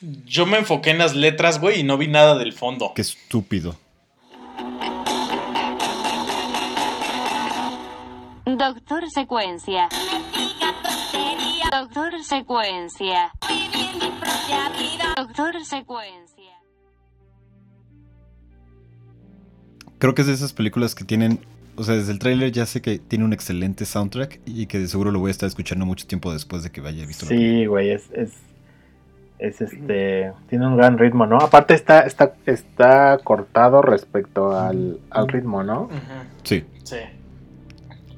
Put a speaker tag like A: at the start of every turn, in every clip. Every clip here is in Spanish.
A: Yo me enfoqué en las letras, güey, y no vi nada del fondo.
B: Qué estúpido.
C: Doctor Secuencia. Doctor Secuencia. Doctor Secuencia.
B: Creo que es de esas películas que tienen. O sea, desde el tráiler ya sé que tiene un excelente soundtrack y que de seguro lo voy a estar escuchando mucho tiempo después de que vaya visto la película.
D: Sí, güey, es, es, es este, tiene un gran ritmo, ¿no? Aparte está, está, está cortado respecto al, al ritmo, ¿no?
A: Ujú,
B: Sí.
A: sí.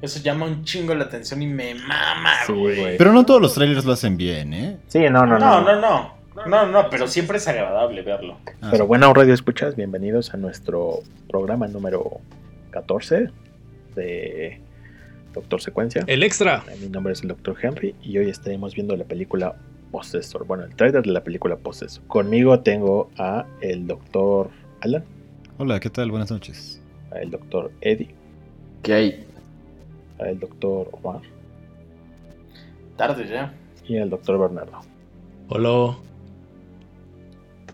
A: Eso llama un chingo la atención y me mama, Ah,
D: Sí,
A: güey.
D: güey.
B: Pero no todos los trailers lo hacen bien, ¿eh?
D: Sí, no, no, no.
A: no, no, no. No, no, pero siempre es agradable verlo.
B: Ah,
D: Pero bueno, radio escuchas, bienvenidos a nuestro programa número 14 de Doctor Secuencia.
E: El extra.
D: Mi nombre es el Dr. Henry y hoy estaremos viendo la película Possessor. Bueno, el trailer de la película Possessor. Conmigo tengo a el Dr. Alan,
B: Hola, ¿qué tal? Buenas noches.
D: a el Dr. Eddie,
F: ¿Qué hay?
D: a el Dr. Omar
A: Tarde ya.
D: y al Dr. Bernardo.
E: Hola.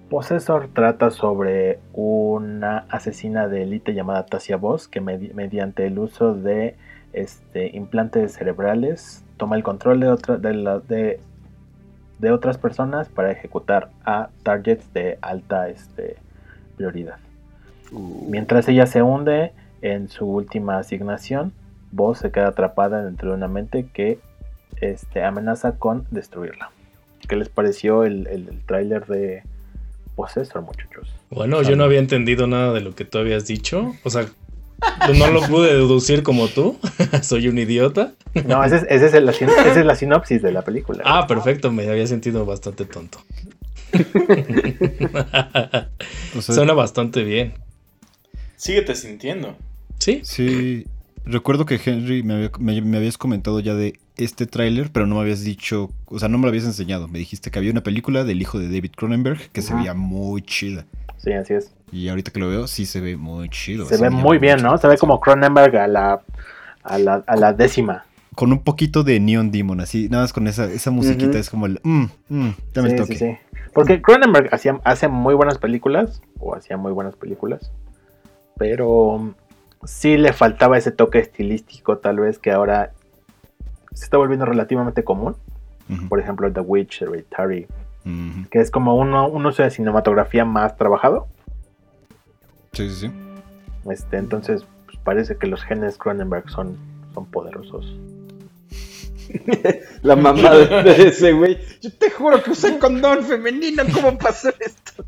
D: Possessor trata sobre una asesina de élite llamada Tasia Voss que medi- mediante el uso de este, implantes cerebrales toma el control de, otra- de, la- de- de otras personas para ejecutar a targets de alta este, prioridad. Mientras ella se hunde en su última asignación, Voss se queda atrapada dentro de una mente que este, amenaza con destruirla. ¿Qué les pareció el, el, el tráiler de Possessor, Pues muchachos?
E: Bueno, yo no había entendido nada de lo que tú habías dicho. O sea, no lo pude deducir como tú. Soy un idiota.
D: No, ese es- ese es el- la sin- esa es la sinopsis de la película.
E: Ah, perfecto, me había sentido bastante tonto.
B: O sea,
E: Suena bastante bien.
A: Síguete sintiendo.
E: Sí,
B: Sí, recuerdo que Henry me, había- me- me habías comentado ya de este tráiler, pero no me habías dicho, o sea, no me lo habías enseñado. Me dijiste que había una película del hijo de David Cronenberg que se
D: Ajá.
B: veía muy chida.
D: Sí, así es.
B: Y ahorita que lo veo, sí se ve muy chido.
D: Se
B: sí
D: ve
B: me
D: muy
B: llama
D: bien,
B: mucho.
D: ¿no? Se ve como Cronenberg a la, a la, a la décima.
B: Con un poquito de Neon Demon, así, nada más con esa, esa musiquita,
D: Ujú.
B: es como el... mm, mm, dame el
D: Sí,
B: toque.
D: sí, sí. Porque Cronenberg hacía, hace muy buenas películas, o hacía muy buenas películas, pero sí le faltaba ese toque estilístico, tal vez que ahora se está volviendo relativamente común.
B: Ujú,
D: Por ejemplo, The Witch, Hereditary,
B: ujú.
D: que es como uno, un uso de cinematografía más trabajado.
B: Sí, sí, sí.
D: Este, entonces, pues, parece que los genes Cronenberg son, son poderosos.
F: La mamá de de ese güey. Yo te juro que usé condón femenino. ¿Cómo pasó esto?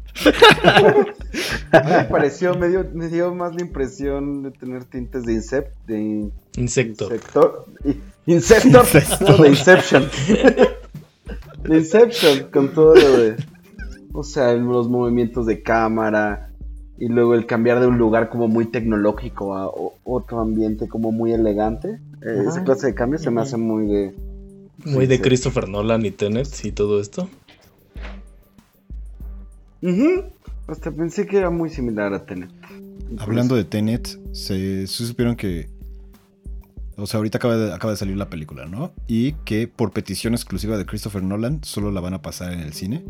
F: A mí me pareció, me dio, me dio más la impresión de tener tintes de Incept, de in-
E: insecto.
F: Insector. i- Inceptor.
B: Insector.
F: No, de Inception. De Inception, con todo lo de. O sea, el- los movimientos de cámara. Y luego el cambiar de un lugar como muy tecnológico a o- otro ambiente como muy elegante. Eh, esa
D: Ajá.
F: clase de cambios se me hace muy de.
E: Muy de
F: Sí, sí.
E: Christopher Nolan y Tenet y todo esto.
F: Ujú. Hasta pensé que era muy similar a Tenet.
B: Hablando de Tenet, se, sí supieron que. O sea, ahorita acaba de, acaba de salir la película, ¿no? Y que por petición exclusiva de Christopher Nolan, solo la van a pasar en el cine.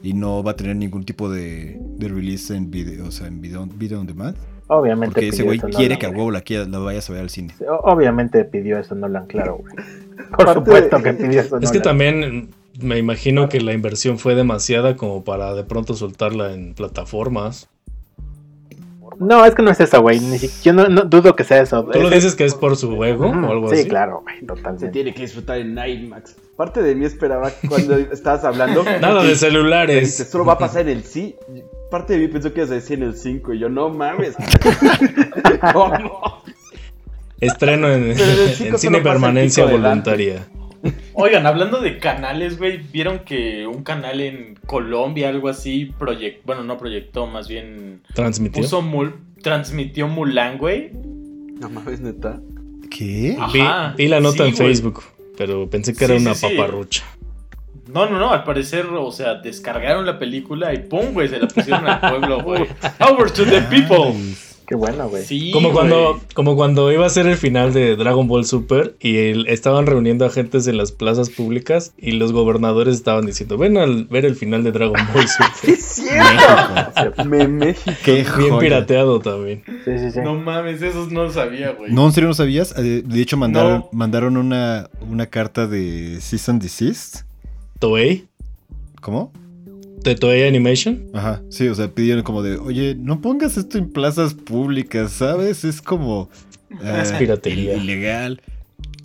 B: Y no va a tener ningún tipo de, de release en video, o sea, en video, video on demand.
D: Obviamente
B: Porque ese
D: pidió
B: güey
D: eso
B: quiere
D: Nolan,
B: que a
D: güey.
B: huevo la, quiera- la vayas a ver al cine.
D: Sí, o- Obviamente pidió eso Nolan, claro, güey. Por
F: Aparte-
D: supuesto que pidió eso
E: Es que
D: Nolan.
E: también me imagino que la inversión fue demasiada como para de pronto soltarla en plataformas.
D: No, es que no es eso, güey. Ni si- Yo no, no dudo que sea eso.
E: ¿Tú lo
D: Es-
E: dices que es por su ego o algo
D: sí,
E: así?
D: claro, güey,
F: Se
D: totalmente.
F: tiene que disfrutar en IMAX. Parte de mí esperaba cuando estabas hablando.
E: Nada de
F: Dice,
E: celulares.
F: solo va a pasar en el sí. Parte de mí pensó que ibas a decir en el 5 y yo, no mames. ¿Cómo?
E: Estreno en,
F: Pero del
E: en
F: chico solo
E: cine
F: pasa el
E: permanencia
F: pico de Dante.
E: voluntaria.
A: Oigan, hablando de canales, güey, vieron que un canal en Colombia, algo así, proyectó, bueno, no proyectó, más bien
E: Transmitió.
A: puso Mul- transmitió Mulan, güey.
F: No mames, neta.
B: ¿Qué?
E: Vi,
A: Ajá.
E: vi la nota
A: Sí,
E: en
A: güey.
E: Facebook, pero pensé que
A: Sí,
E: era
A: sí,
E: una
A: sí.
E: paparrucha.
A: No, no, no, al parecer, o sea, descargaron la película y pum, güey, se la pusieron al pueblo, güey. Power to the people.
B: Nice.
D: Qué bueno, güey.
A: Sí,
E: Como cuando,
A: güey.
E: como cuando iba a ser el final de Dragon Ball Super y el- estaban reuniendo agentes en las plazas públicas y los gobernadores estaban diciendo, ven al ver el final de Dragon Ball
F: ¡Qué
E: Super.
F: cierto! Me México.
B: Qué
E: Bien
B: joya.
E: pirateado también.
D: Sí, sí, sí.
A: No mames, esos no lo sabía, güey.
B: No, en serio no sabías. Eh, De hecho, mandaron,
A: No.
B: mandaron una, una carta de Cease and Desist.
E: Toei,
B: ¿Cómo?
E: de Toei Animation.
B: Ajá. Sí, o sea, pidieron como de, oye, no pongas esto en plazas públicas, ¿sabes? Es como. ah,
E: Es piratería.
B: Ilegal.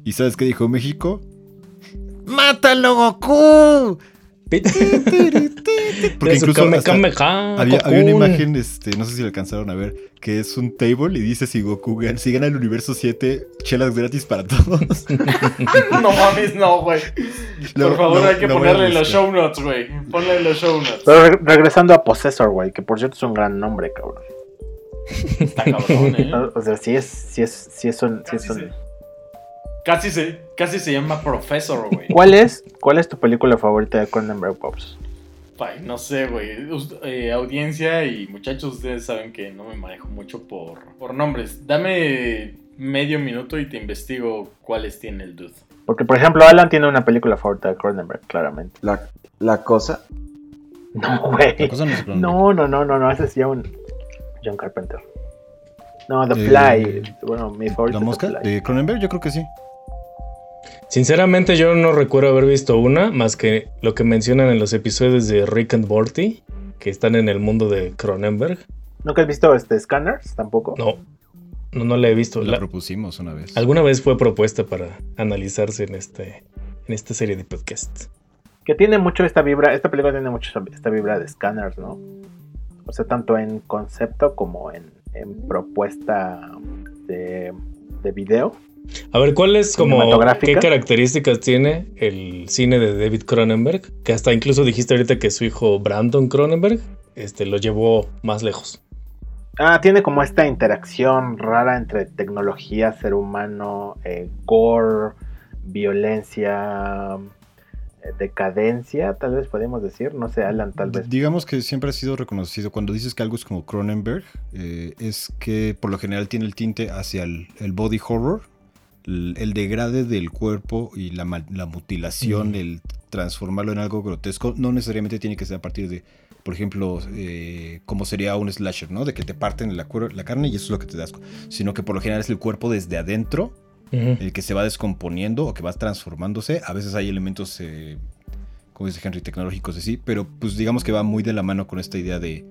B: ¿Y sabes qué dijo México? ¡Mátalo, Goku! Porque
E: De su
B: incluso
E: Kame
B: hasta
E: Kame Ha,
B: había, había una
E: Cocoon.
B: imagen, este, no sé si la alcanzaron a ver, que es un table y dice si Goku gana, si gana el universo 7, chelas gratis para todos.
A: No mames, no, güey. Por
B: Lo-
A: favor,
B: lo-
A: hay que
B: lo voy a
A: ponerle en los
B: buscar.
A: show notes, güey. Ponle en los show notes.
D: Pero re- regresando a Possessor, güey, que por cierto es un gran nombre, cabrón.
A: Está cabrón, eh.
D: O sea, sí es, sí es, sí es un, sí es un-
A: Casi se- Casi se, casi se llama Professor, güey.
D: ¿Cuál es, cuál es tu película favorita de Cronenberg Pops?
A: Ay, no sé, güey. Us- eh, audiencia y muchachos, ustedes saben que no me manejo mucho por, por nombres. Dame medio minuto y te investigo cuáles tiene el dude.
D: Porque, por ejemplo, Alan tiene una película favorita de Cronenberg, claramente.
F: La, la cosa.
D: No, güey.
B: La cosa no es
D: No, no, no, no, no, ese es ya un John Carpenter. No, The
B: Eh,
D: Fly. Bueno, mi favorito
B: ¿La
D: es
B: mosca?
D: The Fly.
B: ¿De Cronenberg? Yo creo que sí.
E: Sinceramente yo no recuerdo haber visto una más que lo que mencionan en los episodios de Rick and Morty que están en el mundo de Cronenberg.
D: ¿Nunca has visto este Scanners tampoco?
E: No, no, no la he visto.
B: La
E: La-
B: propusimos una vez.
E: alguna vez fue propuesta para analizarse en este en esta serie de podcast.
D: Que tiene mucho esta vibra, esta película tiene mucho esta- esta vibra de Scanners, ¿no? O sea, tanto en concepto como en, en propuesta de, de video.
E: A ver, ¿cuál es como
D: Cinematográfica.
E: qué características tiene el cine de David Cronenberg? Que hasta incluso dijiste ahorita que su hijo Brandon Cronenberg este lo llevó más lejos.
D: Ah, tiene como esta interacción rara entre tecnología, ser humano, eh, gore, violencia, eh, decadencia, tal vez podemos decir. No sé, Alan, tal
B: D-
D: vez.
B: Digamos que siempre ha sido reconocido. Cuando dices que algo es como Cronenberg, eh, es que por lo general tiene el tinte hacia el, el body horror, el, el degrade del cuerpo y la, ma- la mutilación,
E: Mm.
B: el transformarlo en algo grotesco. No necesariamente tiene que ser a partir de, por ejemplo, eh, como sería un slasher, ¿no? De que te parten la, cuero- la carne y eso es lo que te das. Sino que por lo general es el cuerpo desde adentro
E: Ujú.
B: el que se va descomponiendo o que va transformándose. A veces hay elementos, eh, como dice Henry, tecnológicos y sí, pero pues digamos que va muy de la mano con esta idea de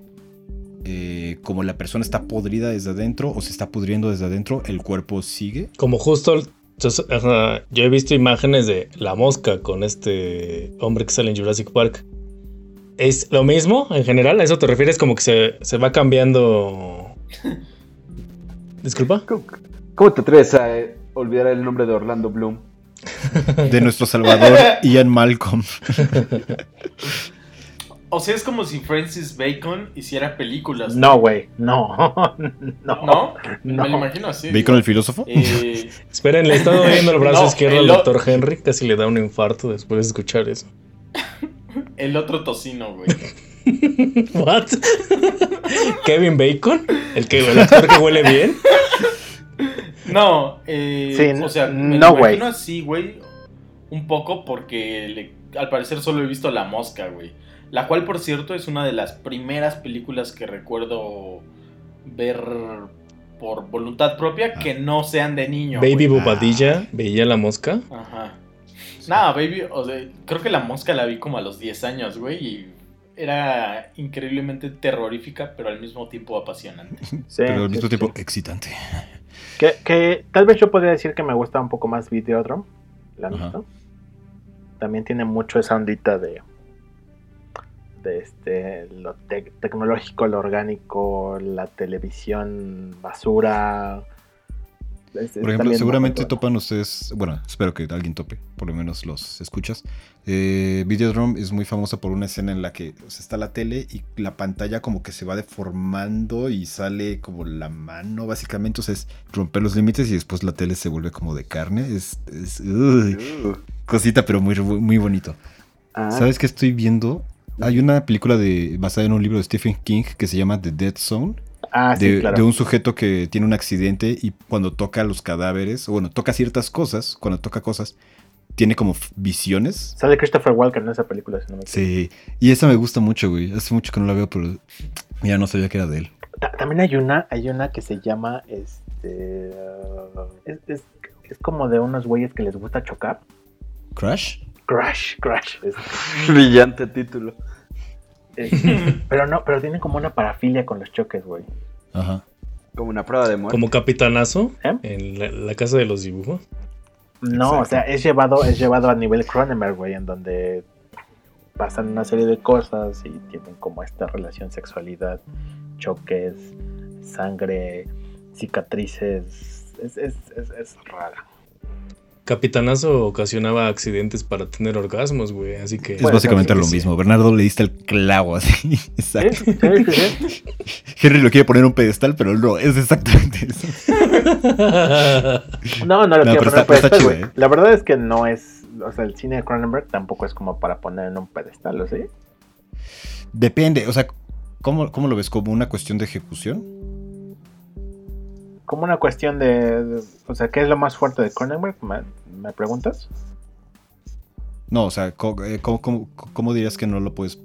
B: eh, como la persona está podrida desde adentro o se está pudriendo desde adentro, el cuerpo sigue.
E: Como justo el- yo, s- ajá, yo he visto imágenes de la mosca con este hombre que sale en Jurassic Park. ¿Es lo mismo en general? ¿A eso te refieres? Como que se, se va cambiando. Disculpa.
F: ¿Cómo, cómo te atreves a eh, olvidar el nombre de Orlando Bloom?
B: De nuestro salvador Ian Malcolm.
A: O sea, es como si Francis Bacon hiciera películas.
D: No, güey, no, no,
A: ¿No?
D: no.
A: Me lo imagino así.
B: ¿Bacon el filósofo?
A: Eh,
E: Esperen, le he estado viendo el brazo
A: No,
E: izquierdo al
A: el o-
E: doctor Henry. Casi le da un infarto después de escuchar eso.
A: el otro tocino, güey.
E: ¿What? ¿Kevin Bacon? ¿El, que, el actor que huele bien?
A: No, eh,
D: Sí,
A: o sea, me
D: no,
A: lo
D: güey.
A: imagino así, güey, un poco porque le- al parecer solo he visto La Mosca, güey. La cual, por cierto, es una de las primeras películas que recuerdo ver por voluntad propia que no sean de niño.
E: Baby
A: güey.
E: Bobadilla veía la mosca.
A: Ajá. Nada, Baby, o sea, creo que La Mosca la vi como a los 10 años, güey, y era increíblemente terrorífica, pero al mismo tiempo apasionante.
D: Sí,
B: pero al
D: sí,
B: mismo
D: sí.
B: tiempo excitante.
D: Que, que tal vez yo podría decir que me gusta un poco más Videodrome, la
B: Ajá.
D: neta. También tiene mucho esa ondita de, de este, lo tec- tecnológico, lo orgánico, la televisión basura. Es- es
B: Por ejemplo,
D: este, también
B: seguramente
D: muy bueno.
B: topan ustedes, bueno, espero que alguien tope, por lo menos los escuchas. Eh, Videodrome es muy famosa por una escena en la que o sea, está la tele y la pantalla como que se va deformando y sale como la mano, básicamente. O sea, es romper los límites y después la tele se vuelve como de carne. Es, es, uy,
F: Uh,
B: cosita, pero muy, muy bonito.
F: ah,
B: ¿Sabes qué estoy viendo? Hay una película de, basada en un libro de Stephen King que se llama The Dead Zone.
D: Ah, sí,
B: de,
D: claro.
B: de un sujeto que tiene un accidente y cuando toca los cadáveres, o bueno, toca ciertas cosas, cuando toca cosas, tiene como f- visiones.
D: Sale Christopher Walken en esa película, si no me equivoco.
B: Sí, y esa me gusta mucho, güey. Hace mucho que no la veo, pero ya no sabía que era de él.
D: Ta- También hay una, hay una que se llama este uh, es, es- es como de unos güeyes que les gusta chocar.
B: ¿Crash?
D: Crash, crash. es-
F: Brillante título.
D: es- pero no, pero tienen como una parafilia con los choques, güey.
B: Ajá.
F: Como una prueba de muerte.
E: Como capitanazo
D: ¿Eh?
E: en la, la casa de los dibujos.
D: No, o
B: Exacto.
D: sea, es llevado, es llevado a nivel Cronenberg, güey, en donde pasan una serie de cosas y tienen como esta relación sexualidad, choques, sangre, cicatrices. Es, es, es, es rara.
E: Capitanazo ocasionaba accidentes para tener orgasmos, güey. Así que.
B: es
D: Bueno,
B: básicamente
E: creo
B: lo
E: que sí.
B: mismo. Bernardo le diste el clavo así. Exacto.
D: Sí, sí, sí, sí. ¿Eh?
B: Henry lo quiere poner en un pedestal, pero no, es exactamente eso.
D: No, no lo
B: No, pero
D: quiero poner
B: está-
D: en pedestal,
B: está chido,
D: güey.
B: ¿eh?
D: La verdad es que no es. O sea, el cine de Cronenberg tampoco es como para poner en un pedestal, ¿o sí?
B: Depende, o sea, ¿cómo, cómo lo ves? ¿Como una cuestión de ejecución?
D: Como una cuestión de. de- o sea, ¿qué es lo más fuerte de Cronenberg? ¿Me, me preguntas?
B: No, o sea, co- eh, ¿cómo, cómo, cómo dirías que no lo puedes,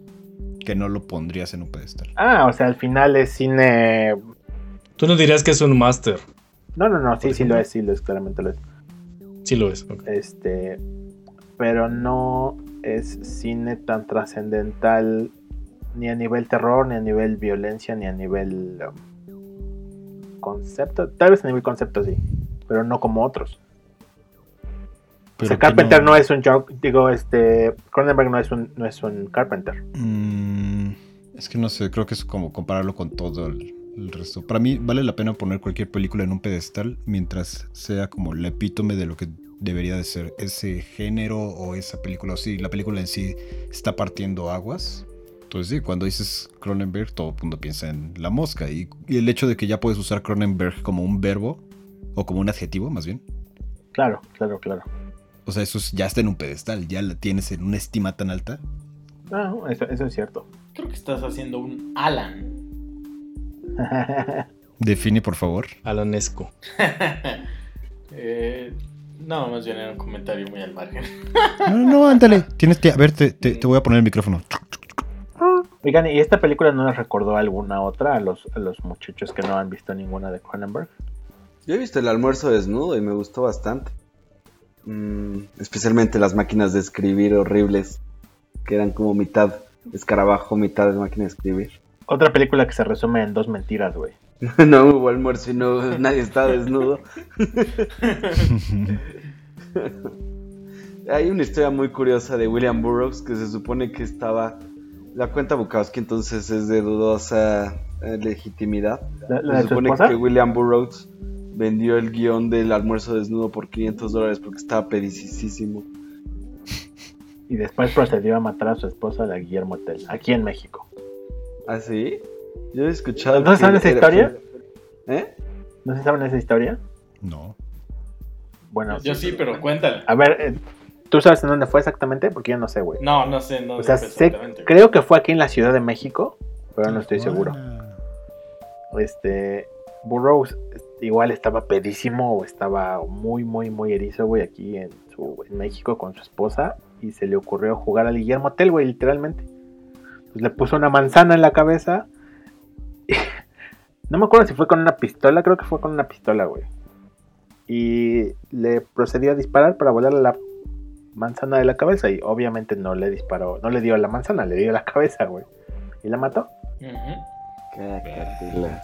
B: que no lo pondrías en un pedestal?
D: Ah, o sea, al final es cine.
E: Tú no dirías que es un máster.
D: No, no, no, sí,
E: Por
D: sí lo es, sí lo es, claramente lo es.
E: Sí lo es. ok.
D: Este. Pero no es cine tan trascendental ni a nivel terror, ni a nivel violencia, ni a nivel. um, concepto. Tal vez a nivel concepto sí, pero no como otros. o sea,
B: ¿qué
D: Carpenter no... es un joke, digo, este, Cronenberg no es un, no es un Carpenter.
B: Mm, es que no sé, creo que es como compararlo con todo el, el resto. Para mí vale la pena poner cualquier película en un pedestal mientras sea como el epítome de lo que debería de ser ese género o esa película. O si la película en sí está partiendo aguas. Entonces sí, cuando dices Cronenberg todo el mundo piensa en la mosca. Y, y el hecho de que ya puedes usar Cronenberg como un verbo o como un adjetivo más bien.
D: Claro, claro, claro.
B: O sea, eso es- ya está en un pedestal, ya la tienes en una estima tan alta.
D: Ah, No, eso, eso es cierto.
A: Creo que estás haciendo un Alan.
B: Define, por favor.
E: Alanesco.
A: Eh, no, más bien era un comentario muy al margen.
B: No, no, no, ándale. Tienes que, a ver, te, te- te voy a poner el micrófono.
D: Oigan, ¿y esta película no les recordó alguna otra a los, a los muchachos que no han visto ninguna de Cronenberg?
F: Yo he visto el almuerzo desnudo y me gustó bastante. Mm, especialmente las máquinas de escribir horribles, que eran como mitad escarabajo, mitad máquina de escribir.
D: Otra película que se resume en dos mentiras, güey.
F: No hubo almuerzo y no nadie estaba desnudo. Hay una historia muy curiosa de William Burroughs que se supone que estaba la cuenta Bukowski entonces es de dudosa eh, legitimidad.
D: ¿La, la
F: Se
D: de su
F: supone
D: esposa?
F: que William Burroughs vendió el guión del almuerzo desnudo por 500 dólares porque estaba pedicísimo.
D: Y después procedió a matar a su esposa, la Guillermo Tell, aquí en México.
F: ¿Ah, sí? Yo he escuchado.
D: ¿No
F: que
D: sabes esa
F: era-
D: historia?
F: ¿Eh?
D: ¿No se saben esa historia?
B: No.
D: Bueno,
A: Yo sí, pero cuéntala.
D: a ver, eh, ¿tú sabes en dónde fue exactamente? Porque yo no sé, güey.
A: No, no sé, no
D: O sea,
A: sé
D: sé-
A: exactamente. güey.
D: creo que fue aquí en la Ciudad de México, pero no
B: Ah.
D: estoy seguro. Este, Burroughs este, igual estaba pedísimo o estaba muy, muy, muy erizo, güey, aquí en, su- en México con su esposa y se le ocurrió jugar al Guillermo Tell, güey, literalmente. Pues le puso una manzana en la cabeza. no me acuerdo si fue con una pistola, creo que fue con una pistola, güey. Y le procedió a disparar para volarle la manzana de la cabeza y obviamente no le disparó, no le dio la manzana, le dio la cabeza, güey. Y la mató.
A: Ujú.
F: Cacatilas.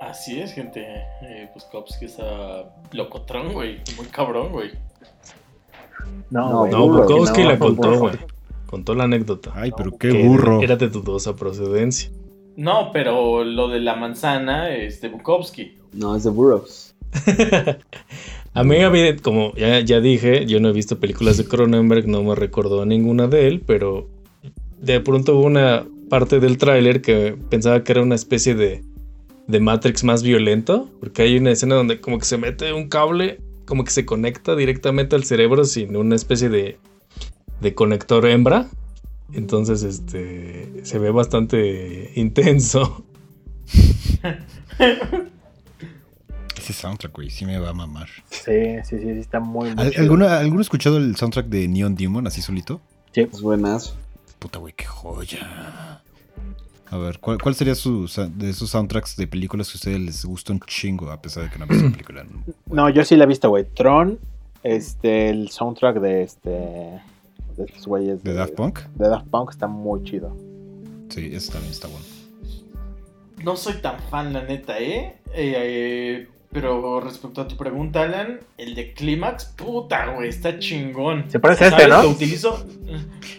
A: Así es, gente. Eh, pues Cops que está locotrón, güey. Muy cabrón, güey.
D: No,
F: No,
D: güey.
E: No,
F: Burroughs,
E: Bukowski
D: no,
E: la
D: fue
E: contó,
D: Burroughs.
E: güey. Contó la anécdota.
B: Ay, pero
E: Que
B: qué burro.
E: Era de dudosa procedencia.
A: No, pero lo de la manzana es de Bukowski.
F: No, es de Burroughs.
E: A mí, a mí, como ya, ya dije, yo no he visto películas de Cronenberg, no me recordó ninguna de él, pero de pronto hubo una parte del tráiler que pensaba que era una especie de, de Matrix más violento, porque hay una escena donde como que se mete un cable, como que se conecta directamente al cerebro sin una especie de, de conector hembra. Entonces, este, se ve bastante intenso.
B: Ese soundtrack, güey, sí me va a mamar.
D: Sí, sí, sí, sí, está muy, muy
B: ¿Al-
D: chido.
B: ¿Alguno, ¿Alguno ha escuchado el soundtrack de Neon Demon así solito?
D: Sí.
F: Es buenas.
B: Puta, güey, qué joya. A ver, ¿cuál, cuál sería su, sa- de esos soundtracks de películas que a ustedes les gusta un chingo, a pesar de que no han visto la película?
D: No, yo sí la he visto, güey. Tron, este, el soundtrack de este. De estos güeyes.
B: ¿De Daft Punk?
D: De Daft Punk está muy chido.
B: Sí, ese también está bueno.
A: No soy tan fan, la neta, ¿eh? Eh, eh, pero respecto a tu pregunta, Alan, el de Clímax, puta, güey, está chingón.
D: Se parece a este,
A: ¿Sabes?
D: ¿no?
A: Lo utilizo,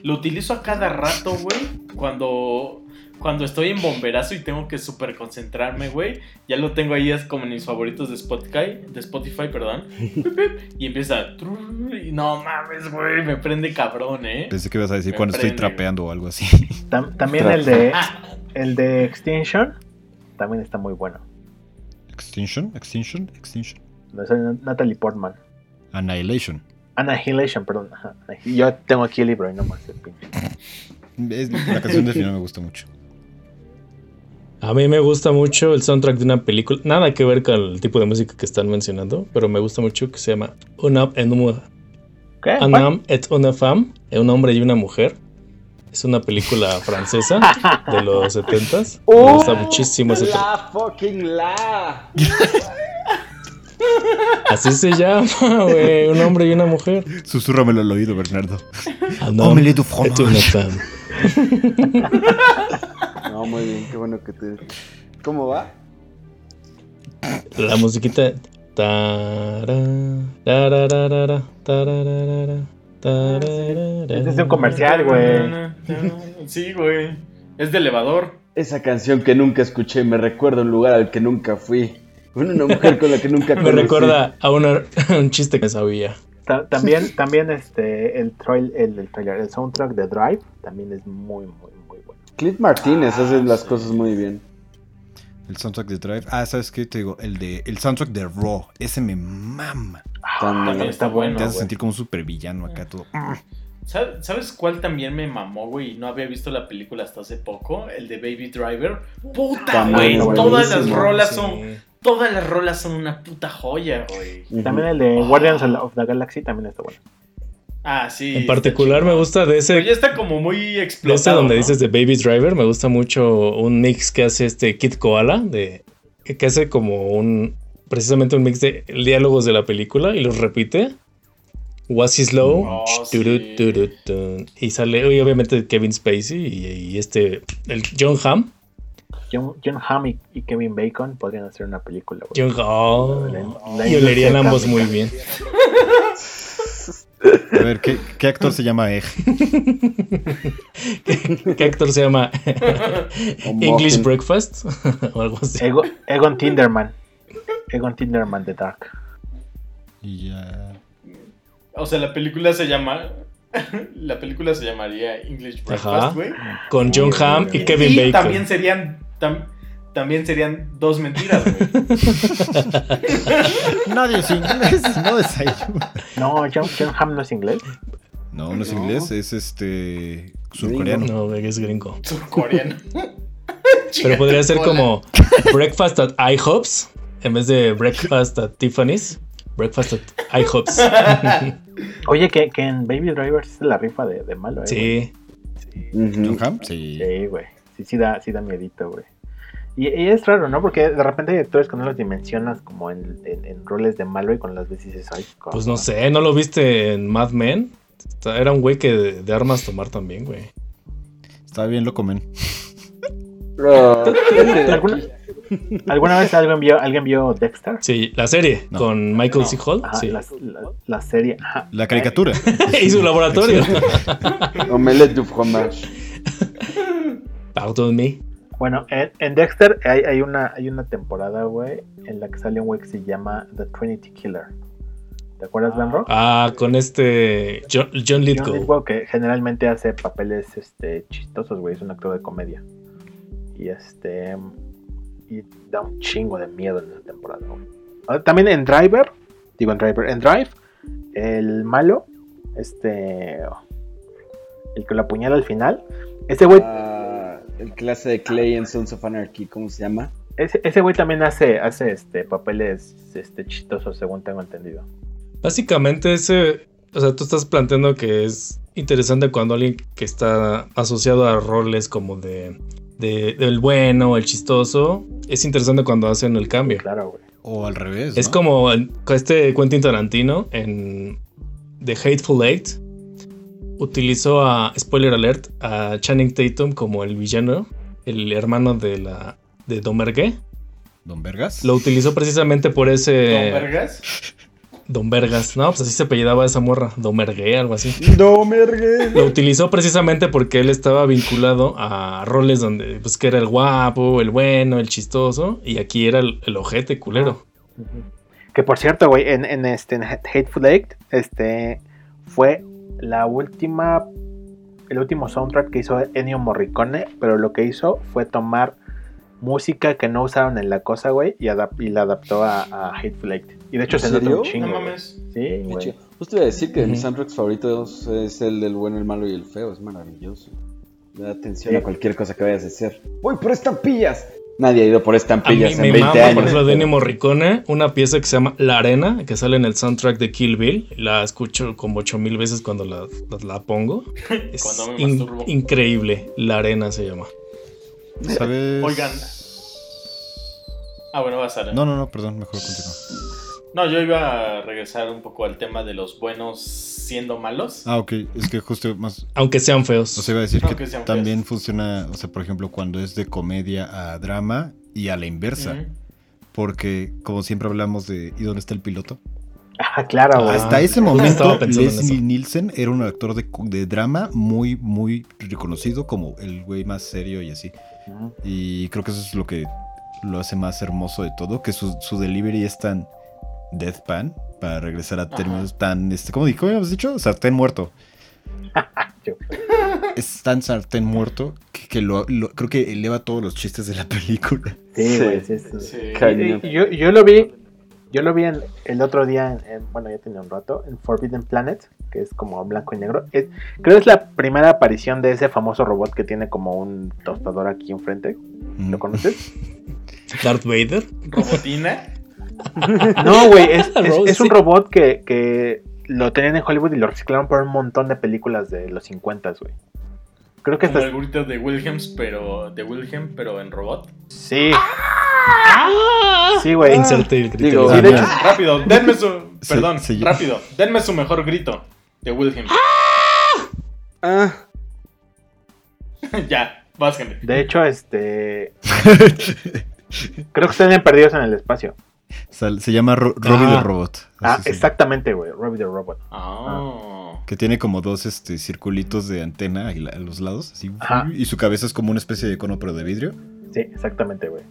A: lo utilizo a cada rato, güey. Cuando, cuando estoy en bomberazo y tengo que super concentrarme, güey. Ya lo tengo ahí es como en mis favoritos de Spotify, de Spotify, perdón. Pip, pip, Y empieza. trrr, y No mames, güey, me prende cabrón, ¿eh?
D: Pues,
B: Pensé que ibas a decir
A: Me
B: cuando estoy
A: prende, güey.
B: trapeando o algo así.
D: Tam- también el de. El de Extinction. También está muy bueno.
B: Extinction, Extinction, Extinction.
D: No es el Natalie Portman.
B: Annihilation.
D: Annihilation, perdón. ajá. Yo tengo aquí el libro y no más el pinche.
B: Es- la canción del final me gusta mucho.
E: A mí me gusta mucho el soundtrack de una película, nada que ver con el tipo de música que están mencionando, pero me gusta mucho que se llama Unam en Uma-
D: Eh, ¿Qué?
E: Un
D: ¿Cuál?
E: Homme et una femme, eh, un hombre y una mujer. Es una película francesa de los 70s.
D: Oh,
E: Me gusta muchísimo ese tra-
F: La fucking la.
E: Así se llama, güey, un hombre y una mujer.
B: Susúrramelo al oído, Bernardo.
E: Un homme
B: Omelette du
E: et una
B: fromage.
E: femme.
F: No, muy bien, qué bueno que te. ¿Cómo va?
E: La musiquita. Tará, tarararara, tarararara, tarararara.
D: Este es un comercial, güey.
A: Sí, güey. Es de elevador.
F: Esa canción que nunca escuché me recuerda a un lugar al que nunca fui. Con una mujer con la que nunca
E: Me
F: conocí.
E: recuerda a una- un chiste que sabía.
D: Ta- También, también este, el, trail, el, el trailer, el soundtrack de Drive también es muy, muy, muy bueno.
F: Cliff Martínez hace las cosas muy bien.
B: El soundtrack de Drive. Ah, ¿sabes qué? Te digo, el de el soundtrack de Raw. Ese me mama.
F: Tan-
A: También está bueno.
B: Te hace
A: güey.
B: sentir como un supervillano acá todo.
A: ¿Sab- ¿Sabes cuál también me mamó, güey? Y No había visto la película hasta hace poco, el de Baby Driver. Puta,
F: También
A: güey.
F: está
A: Todas las
F: buenísimo,
A: rolas
E: Sí.
A: son. Todas las rolas son una puta joya, güey.
D: También el de Guardians of the Galaxy también está bueno.
A: Ah, sí.
E: En particular me gusta de
A: Pero ya
E: ese,
A: está como muy
E: de ese
A: explotado.
E: donde
A: ¿no?
E: dices de Baby Driver, me gusta mucho un mix que hace este Kid Koala, de, que hace como un, precisamente un mix de diálogos de la película y los repite. Was is low,
A: Oh,
E: ch,
A: sí.
E: turut, turut, tun. y sale y obviamente Kevin Spacey y, y este, el John Hamm.
D: John, John Hamm y, y Kevin Bacon podrían hacer una película, güey.
E: John oh,
D: La- la
E: y olerían
D: industria
E: ambos
D: cárnica.
E: muy bien.
B: A ver, ¿qué, qué actor se llama Egg?
E: ¿Qué actor se llama? English
F: Muffin.
E: Breakfast o algo así.
D: Ego- Egon Tinderman. Egon Tinderman de Dark.
B: Y ya.
A: O sea, la película se llama. la película se llamaría English
E: Ajá.
A: Breakfast, güey.
E: Con John Hamm y Kevin
A: y
E: Bacon.
A: También serían. tam- también serían dos mentiras, güey.
B: Nadie sin inglés no desayuna.
D: No, John, John Hamm no es inglés.
B: No, no es
F: No.
B: inglés, es este. surcoreano.
E: No, güey, es gringo.
A: Surcoreano.
E: Pero podría ser como Breakfast at IHOPS en vez de Breakfast at Tiffany's. Breakfast at IHOPS.
D: Oye, que, que en Baby Driver sí se la rifa de, de malo, eh. güey.
E: Sí.
F: Ujú.
B: John Hamm, sí.
D: Sí, güey. Sí, sí da, sí da miedito, güey. Y, y es raro, ¿no? Porque de repente hay actores que no los dimensionas como en, en- en roles de malo y con las veces dices, ay, cabrón.
E: Pues no sé, ¿no lo viste en Mad Men? Está- Era un güey que de, de armas tomar también, güey.
B: Está bien, loco, men.
F: Bro,
D: ¿Alguna, alguna vez alguien vio, alguien vio Dexter?
E: Sí, la serie
B: No.
E: con Michael
A: No.
E: C. Hall.
G: Ah,
D: Ajá,
E: sí.
D: la, la- la serie. Ajá.
B: La caricatura.
E: y su laboratorio.
F: Omelette du fromage.
E: Pardon me.
D: Bueno, en, en Dexter hay, hay una, hay una temporada, güey, en la que sale un güey que se llama The Trinity Killer. ¿Te acuerdas, Dan Rock?
E: Ah, con este John, John
D: John
E: Lithgow.
D: Lithgow, que generalmente hace papeles este, chistosos, güey, es un actor de comedia. Y este. Y da un chingo de miedo en esa temporada, güey. Ah, También en Driver, digo en Driver, en Drive, el malo, este. El que lo apuñala al final. Ese güey,
F: Ah, el clase de Clay en Sons of Anarchy, ¿cómo se llama?
D: Ese ese güey también hace, hace este, papeles este, chistosos, según tengo entendido.
E: Básicamente ese, o sea, tú estás planteando que es interesante cuando alguien que está asociado a roles como de, de- del bueno, el chistoso, es interesante cuando hacen el cambio.
D: Claro, güey.
B: O al revés.
E: Es
B: ¿no?
E: como el- este Quentin Tarantino en The Hateful Eight utilizó a spoiler alert a Channing Tatum como el villano, el hermano de la de Domergue.
B: Don Vergas.
E: Lo utilizó precisamente por
A: ¿Don
E: ese
A: Vergas?
E: Don Vergas, ¿no? Pues así se apellidaba esa morra, Domergue, algo así.
F: No, mergue.
E: Lo utilizó precisamente porque él estaba vinculado a roles donde, pues, que era el guapo, el bueno, el chistoso, y aquí era el, el ojete culero.
D: Ujú. Que por cierto, güey, en, en este en Hateful Eight, este fue la última el último soundtrack que hizo Ennio Morricone, pero lo que hizo fue tomar música que no usaron en la cosa, güey, y, adap- y la adaptó a, a Hateful Eight. Y de hecho
F: ¿En
D: se nota
F: serio?
D: un
A: No
D: chingo. güey.
A: mames.
D: Sí,
F: Qué
D: güey.
F: chido. Justo iba a decir que de mis
E: Ujú.
F: soundtracks favoritos es el del bueno, el malo y el feo. Es maravilloso. Le da atención
D: Sí.
F: a cualquier cosa que vayas a hacer. ¡Voy por estampillas! Nadie ha ido
E: A
F: por
E: mí
F: estampillas
E: me
F: en 20
E: mama, por
F: años.
E: ejemplo, de Ennio Morricone, una pieza que se llama La Arena, que sale en el soundtrack de Kill Bill. La escucho como ocho mil veces cuando la, la- la pongo. Es
A: Cuando me
E: in-
A: masturbo.
E: increíble. La Arena se llama.
B: ¿Sabes?
A: Oigan. Ah, bueno, vas a
B: No, no, no, perdón, mejor continúa.
A: No, yo iba a regresar un poco al tema de los buenos siendo malos.
B: Ah, ok. Es que justo más.
E: Aunque sean feos.
B: O sea, iba a decir
A: No,
B: que,
A: que sean
B: también funciona, o sea, por ejemplo, cuando es de comedia a drama y a la inversa.
A: Ujú.
B: Porque, como siempre hablamos de. ¿Y dónde está el piloto?
D: Ah, claro, güey.
B: Hasta ese
E: estaba
B: momento,
E: pensando en
B: Leslie
E: eso.
B: Nielsen era un actor de, de drama muy, muy reconocido como el güey más serio y así.
D: Ujú.
B: Y creo que eso es lo que lo hace más hermoso de todo, que su, su delivery es tan deathpan, para regresar a términos tan, este, ¿cómo, di- cómo habíamos dicho? Sartén muerto.
D: Yo-
B: Es tan sartén muerto que, que lo, lo- creo que eleva todos los chistes de la película.
D: Sí,
F: Sí.
D: güey, sí, sí.
A: Sí.
F: Ca-
D: Y-
F: Cañón.
D: y Yo, yo lo vi, yo lo vi en- el otro día, en, en- bueno, ya tenía un rato, en Forbidden Planet, que es como blanco y negro. Es- creo es la primera aparición de ese famoso robot que tiene como un tostador aquí enfrente.
B: Mm.
D: ¿Lo conoces?
E: Darth Vader.
A: Robotina.
D: No, güey, es, es-
E: Rose,
D: es un
E: sí.
D: robot que, que lo tenían en Hollywood y lo reciclaron por un montón de películas de los 50, güey. Creo que
A: Como
D: hasta...
A: el grito de Wilhelms, pero. de Wilhelm, pero en robot.
D: Sí.
E: Ah.
D: Sí, güey.
E: Inserte el criterio.
F: Digo,
D: Ah, Sí, de hecho,
A: Rápido, denme su.
B: Sí,
A: Perdón,
B: sí.
A: rápido, denme su mejor grito de Wilhelm.
F: Ah,
A: ya, básquenme.
D: de hecho, este... Creo que están perdidos en el espacio.
B: Sal- se llama Ro- Robbie
E: Ah.
B: the Robot. así
D: Ah,
B: se llama.
D: exactamente, güey. Robbie the Robot.
A: Ah.
B: Que tiene como dos este, circulitos de antena a la- a los lados. así,
D: Ajá.
B: y su cabeza es como una especie de cono, pero de vidrio.
D: Sí, exactamente, güey.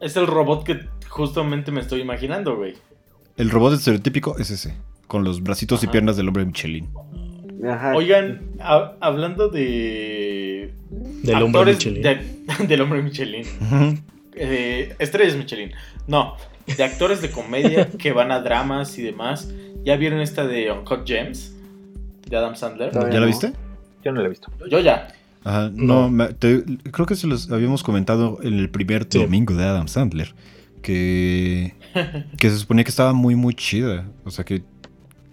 A: Es el robot que justamente me estoy imaginando, güey.
B: El robot estereotípico es ese. Con los bracitos y
A: Ajá.
B: piernas del hombre Michelin.
D: Ah.
F: ajá.
A: Oigan, ha- hablando de.
E: Del hombre
A: actores
E: Michelin.
A: de- del hombre Michelin. eh, estrellas Michelin. No, de actores de comedia que van a dramas y demás. ¿Ya vieron esta de Uncut Gems? De Adam Sandler.
F: No.
B: ¿Ya la viste?
D: Yo no lo he visto.
A: Yo ya.
B: Ajá. No,
E: No.
B: me- te- creo que se los habíamos comentado en el primer
E: Sí.
B: domingo de Adam Sandler. Que, que se suponía que estaba muy, muy chida. O sea, que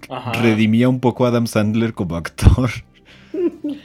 A: Ajá.
B: redimía un poco a Adam Sandler como actor.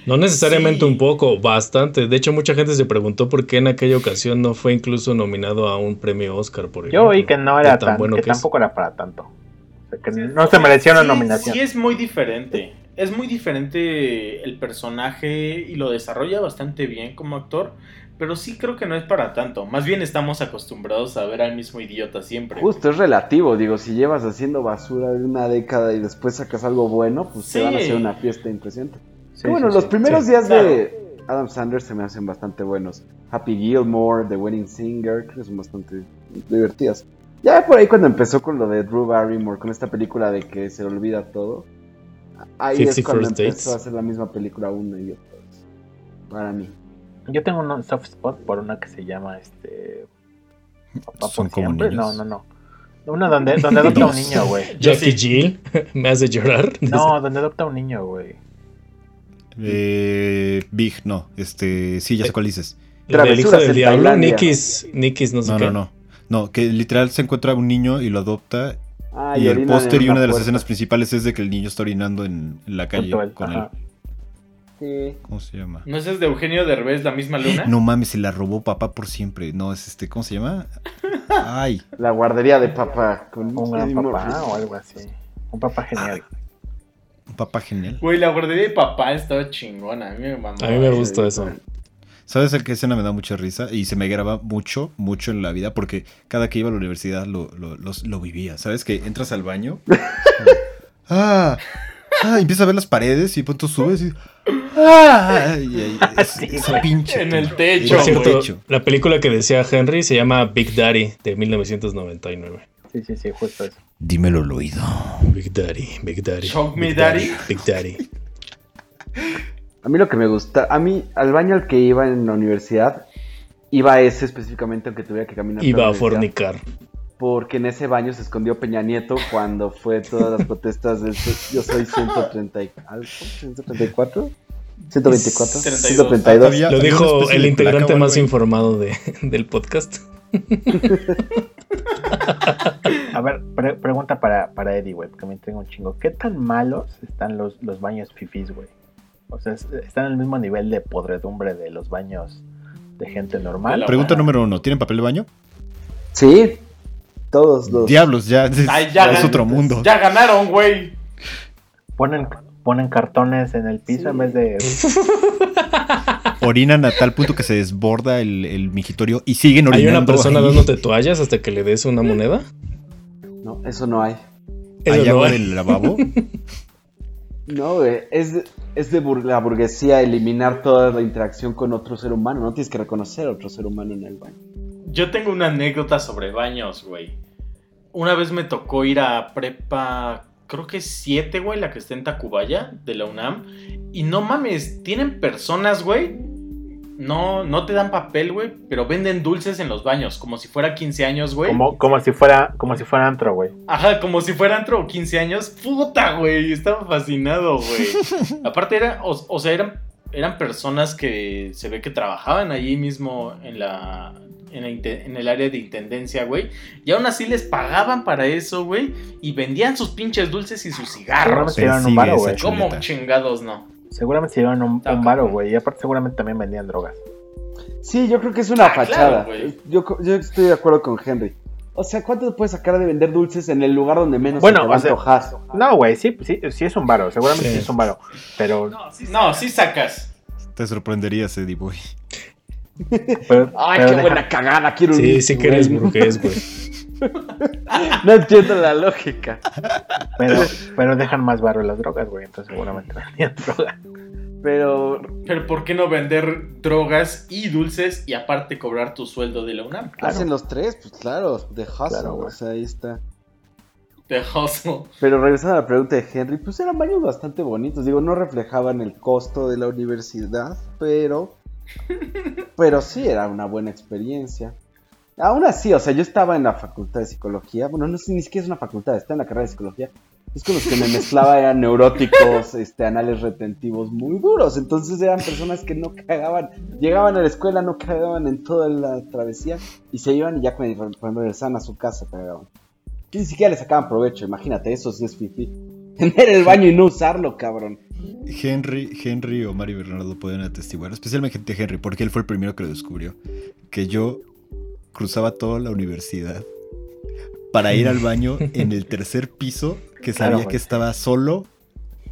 E: No necesariamente
A: Sí.
E: un poco, bastante. De hecho, mucha gente se preguntó por qué en aquella ocasión no fue incluso nominado a un premio Oscar por
D: Yo oí
E: ejemplo,
D: que no
E: de
D: era tan,
E: bueno
D: que
E: que es.
D: tampoco era para tanto. O sea, que no se merecía una
A: Sí,
D: nominación.
A: Sí, es muy diferente. Es muy diferente el personaje y lo desarrolla bastante bien como actor. Pero sí creo que no es para tanto. Más bien estamos acostumbrados a ver al mismo idiota siempre.
F: Justo es relativo, digo, si llevas haciendo basura de una década y después sacas algo bueno, pues
A: Sí.
F: te van a hacer una fiesta impresionante.
D: Sí,
F: Que bueno,
D: sí,
F: los
D: sí.
F: primeros
E: Sí.
F: días de Adam Sandler se me hacen bastante buenos. Happy Gilmore, The Wedding Singer, creo que son bastante divertidas. Ya por ahí cuando empezó con lo de Drew Barrymore, con esta película de que se le olvida todo, ahí
E: Fifty
F: es cuando
E: First
F: empezó
E: Dates.
F: a hacer la misma película una y otra vez. Para mí.
D: Yo tengo un soft spot por una que se llama este. Papá
B: Son
D: por
B: como
D: siempre. No,
B: niños.
D: no, no. Una donde, donde adopta un
B: Dos.
D: niño, güey.
A: Yo
E: Jackie
A: sí.
E: Jill me hace llorar.
D: No, donde adopta un niño, güey.
B: Eh, Big, no. Este, sí, ya sé cuál dices.
E: del hijo
F: Travesuras
E: del
F: en
E: diablo,
F: Tailandia.
E: Nikis, Nikis, no sé
B: No,
E: qué.
B: no, no. No, que literal se encuentra un niño y lo adopta.
F: Ah,
B: y el
F: orinan en
B: póster y una de las
F: puerta.
B: escenas principales es de que el niño está orinando en, en la calle
D: Puntual,
B: con
D: ajá.
B: el.
F: Sí.
B: ¿Cómo se llama?
A: ¿No ese es de Eugenio Derbez, la misma luna?
B: No mames, se la robó papá por siempre. No, es este, ¿cómo se llama? Ay,
F: La guardería de papá. Con
D: Un gran
F: Eddie Murphy.
D: papá o algo así. Un papá genial.
B: un papá genial.
A: Güey, la guardería de papá estaba chingona. A mí me mamó.
E: A mí me gusta eso.
B: ¿Sabes el que escena me da mucha risa? Y se me graba mucho, mucho en la vida, porque cada que iba a la universidad lo, lo, los- lo vivía. ¿Sabes? Que entras al baño. ¡Ah! ¡Ah! y empiezas a ver las paredes y pronto subes y. ¡Ah! Y ahí, es- esa pinche.
A: En el
B: toma.
A: techo,
E: Por
A: güey.
E: cierto, la película que decía Henry se llama Big Daddy de 1999.
D: Sí, sí, sí, justo eso.
B: Dímelo al oído.
E: Big Daddy, Big Daddy.
A: Shock me
E: Big
A: daddy.
E: Big Daddy.
F: A mí lo que me gusta, a mí al baño al que iba en la universidad, iba a ese específicamente aunque tuviera que caminar. por
E: Iba
F: la
E: a
F: universidad,
E: fornicar.
F: Porque en ese baño se escondió Peña Nieto cuando fue todas las protestas del so- Yo soy 130 y algo, 134, 124,
A: 32.
F: 132.
B: Había-
E: Lo
B: había una
E: dijo
B: especie
E: el
B: de placa
E: integrante
B: o
E: más
B: algo
E: informado de, del podcast.
D: A ver, pre- pregunta para, para Eddie, güey, porque me tengo un chingo. ¿Qué tan malos están los, los baños fifís, güey? O sea, es- ¿están al mismo nivel de podredumbre de los baños de gente
A: De
D: normal?
A: la-
B: Pregunta número uno: ¿Tienen papel de baño?
F: Sí, todos los.
B: Diablos, ya. Es,
A: Ay, ya
B: es
A: gané.
B: otro mundo.
A: Ya ganaron, güey.
D: Ponen, ponen cartones en el piso
F: Sí.
D: en vez de...
B: Orinan a tal punto que se desborda el, el migitorio y siguen
E: Hay
B: orinando.
E: una persona
B: ahí.
E: dándote toallas hasta que le des una moneda.
F: No, eso no hay.
E: Eso
B: Hay
E: no
B: agua
E: hay.
B: del lavabo.
F: No, güey, es de, es de bur- la burguesía eliminar toda la interacción con otro ser humano. No tienes que reconocer a otro ser humano en el baño.
A: Yo tengo una anécdota sobre baños, güey. Una vez me tocó ir a prepa, creo que 7, güey, la que está en Tacubaya, de la UNAM. Y no mames, tienen personas, güey. No, no te dan papel, güey, pero venden dulces en los baños, como si fuera 15 años, güey.
D: Como, como, si fuera, como si fuera antro, güey.
A: Ajá, como si fuera antro o 15 años. Puta, güey. Estaba fascinado, güey. Aparte, era, o, o sea, eran, eran personas que se ve que trabajaban allí mismo en la. En, la inte- en el área de intendencia, güey. Y aún así les pagaban para eso, güey. Y vendían sus pinches dulces y sus cigarros.
D: Seguramente llevaron un
B: Persigue
D: varo,
B: esa
D: güey.
A: ¿Cómo
B: chuleta.
A: chingados no?
D: Seguramente se llevaron un,
A: Ah,
D: un varo,
A: cabrón.
D: güey. Y aparte seguramente también vendían drogas.
F: Sí, yo creo que es una
A: Ah, claro,
F: fachada.
A: güey.
F: yo, co- yo estoy de acuerdo con Henry. O sea, ¿cuánto puedes sacar de vender dulces en el lugar donde menos
D: Bueno,
F: se te va
D: o sea,
F: a antojar?
D: No, güey, sí, sí, sí es un varo. Seguramente sí,
E: Sí.
D: es un varo. Pero,
A: No, sí sacas.
B: Te sorprenderías, Eddie Boy.
D: pero, pero
F: Ay, qué
D: deja-
F: buena cagada, quiero un
E: Sí,
F: Mickey,
E: sí que eres
F: güey.
E: burgués, güey.
F: No entiendo la lógica.
D: pero, pero dejan más varo las drogas, güey. Entonces seguramente vendían drogas.
F: Pero
A: Pero ¿por qué no vender drogas y dulces y aparte cobrar tu sueldo de la UNAM?
D: Claro.
F: hacen los tres, pues claro, de hustle,
D: Claro, güey.
F: o sea, ahí está.
A: Te joso.
F: Pero regresando a la pregunta de Henry, pues eran baños bastante bonitos. Digo, no reflejaban el costo de la universidad, pero. Pero sí era una buena experiencia. Aún así, o sea, yo estaba en la facultad de psicología. Bueno, no sé ni siquiera es una facultad, está en la carrera de psicología. Es con los que me mezclaba, eran neuróticos, este, anales retentivos muy duros. Entonces eran personas que no cagaban. Llegaban a la escuela, no cagaban en toda la travesía y se iban y ya cuando re- cuando regresaban a su casa cagaban. Que Ni siquiera le sacaban provecho, imagínate, eso sí es fifi. Tener el baño y no usarlo, cabrón.
B: Henry, Henry o Mario Bernardo pueden atestiguar, especialmente Henry, porque él fue el primero que lo descubrió, que yo cruzaba toda la universidad para ir al baño en el tercer piso, que
D: Claro,
B: sabía
D: güey.
B: que estaba solo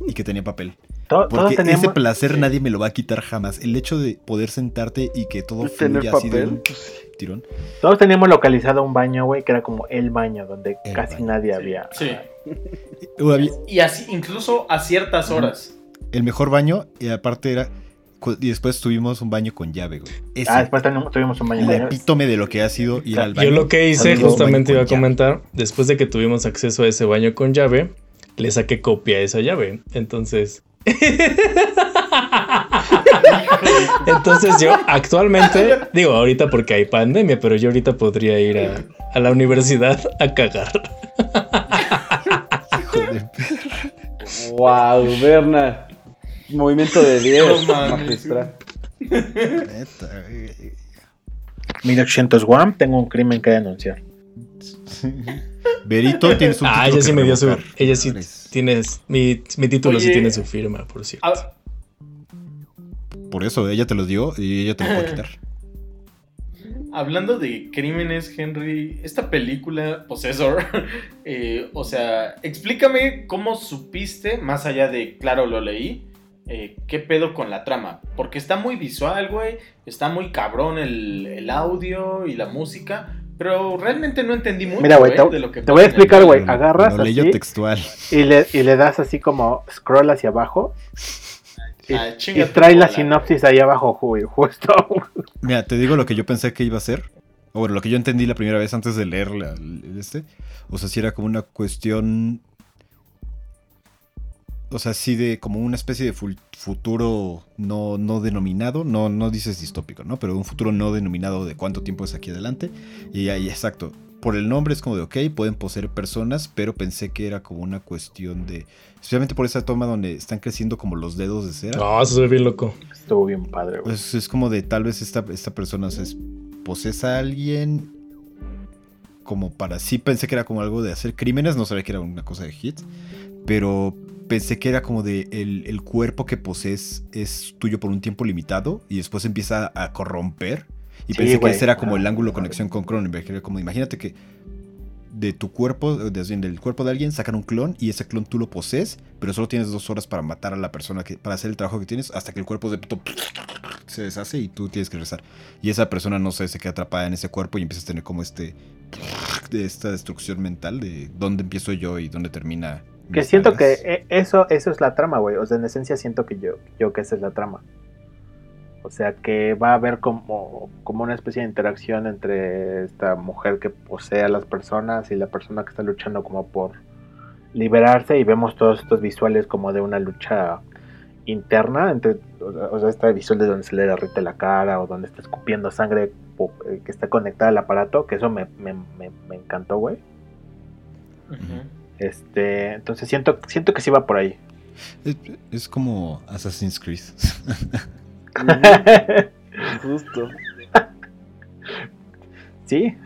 B: y que tenía papel.
D: To- todos
B: Porque
D: teníamos...
B: ese placer nadie me lo va a quitar jamás. El hecho de poder sentarte y que todo
F: Tener
B: fluya así de un
F: papel.
B: tirón.
D: Todos teníamos localizado un baño, güey, que era como el baño, donde
B: El
D: casi
B: baño.
D: nadie
A: Sí,
D: había.
A: sí.
B: Eh, había-
A: Y así, incluso a ciertas horas.
B: El mejor baño, y aparte era. cu- Y después tuvimos un baño con llave, güey. Ese,
D: Ah, después teni- tuvimos un baño.
B: el
D: güey.
B: epítome de lo que ha sido ir al baño.
E: Yo lo que hice,
B: Amigos,
E: justamente iba
B: baño
E: a
B: con
E: comentar, después de que tuvimos acceso a ese baño con llave, le saqué copia a esa llave. Entonces. Entonces yo actualmente, digo ahorita porque hay pandemia, pero yo ahorita podría ir a, a la universidad a cagar.
B: llave, joder.
F: Wow, Berna. Movimiento de
A: No
F: Dios,
A: mames.
F: magistral.
B: Neta, güey.
D: 1801, tengo un crimen que denunciar.
B: Berito, tienes un
E: Ah,
B: título
E: ella
B: que
E: sí me dio su.
B: revocar.
E: Ella sí
B: Madres.
E: tienes. Mi, mi título sí
A: Oye.
E: tiene su firma, por cierto.
A: Ah,
B: Por eso, ella te los dio y ella te los
D: Eh,
B: puede quitar.
A: hablando de crímenes, Henry, esta película, Possessor, eh, o sea, explícame cómo supiste, más allá de, claro, lo leí, eh, qué pedo con la trama. Porque está muy visual, güey, está muy cabrón el, el audio y la música, pero realmente no entendí mucho
D: Mira, güey,
A: eh, de lo que
D: Te voy
A: pasa en
D: a
A: el
D: explicar, güey.
B: Lo-
D: Agarras
B: lo leyo
D: así
B: textual.
D: y le, y le das así como scroll hacia abajo y,
A: Ah,
D: y
A: chinga tu
D: trae la
A: bola.
D: sinopsis ahí abajo, güey, justo.
B: Mira, te digo lo que yo pensé que iba a ser. O bueno, lo que yo entendí la primera vez antes de leer la- el este. O sea, si era como una cuestión. O sea, sí de como una especie de ful- futuro no, no denominado. No, no dices distópico, ¿no? Pero un futuro no denominado de cuánto tiempo es aquí adelante. Y ahí, exacto. Por el nombre es como de, ok, pueden poseer personas, pero pensé que era como una cuestión de. Especialmente por esa toma donde están creciendo como los dedos de cera.
E: No, eso se ve bien loco.
D: Estuvo bien padre, güey.
B: Pues es como de tal vez esta, esta persona o sea, es- posesa a alguien como para sí pensé que era como algo de hacer crímenes, no sabía que era una cosa de hit, pero pensé que era como de el, el cuerpo que posees es tuyo por un tiempo limitado y después empieza a corromper. Y
D: Sí,
B: pensé
D: güey.
B: que ese era como el
D: Ah,
B: ángulo de
D: madre.
B: conexión con Cronenberg. que era como imagínate que de tu cuerpo, de- del cuerpo de alguien, sacan un clon y ese clon tú lo posees, pero solo tienes dos horas para matar a la persona, que, para hacer el trabajo que tienes, hasta que el cuerpo de pronto se deshace y tú tienes que regresar. Y esa persona, no sé, se queda atrapada en ese cuerpo y empiezas a tener como este de esta destrucción mental de dónde empiezo yo y dónde termina.
D: Que
B: mis
D: siento que
B: tareas.
D: eh, eso, eso es la trama, güey. O sea, en esencia siento que yo, yo que esa es la trama. O sea, que va a haber como, como una especie de interacción entre esta mujer que posee a las personas y la persona que está luchando como por liberarse y vemos todos estos visuales como de una lucha interna, entre, o sea- o sea, este visual de donde se le derrite la cara o donde está escupiendo sangre po- eh, que está conectada al aparato, que eso me, me, me, me encantó, güey.
A: Ujú.
D: Este, entonces siento, siento que sí va por ahí.
B: Es, es como Assassin's Creed.
F: Justo.
D: sí.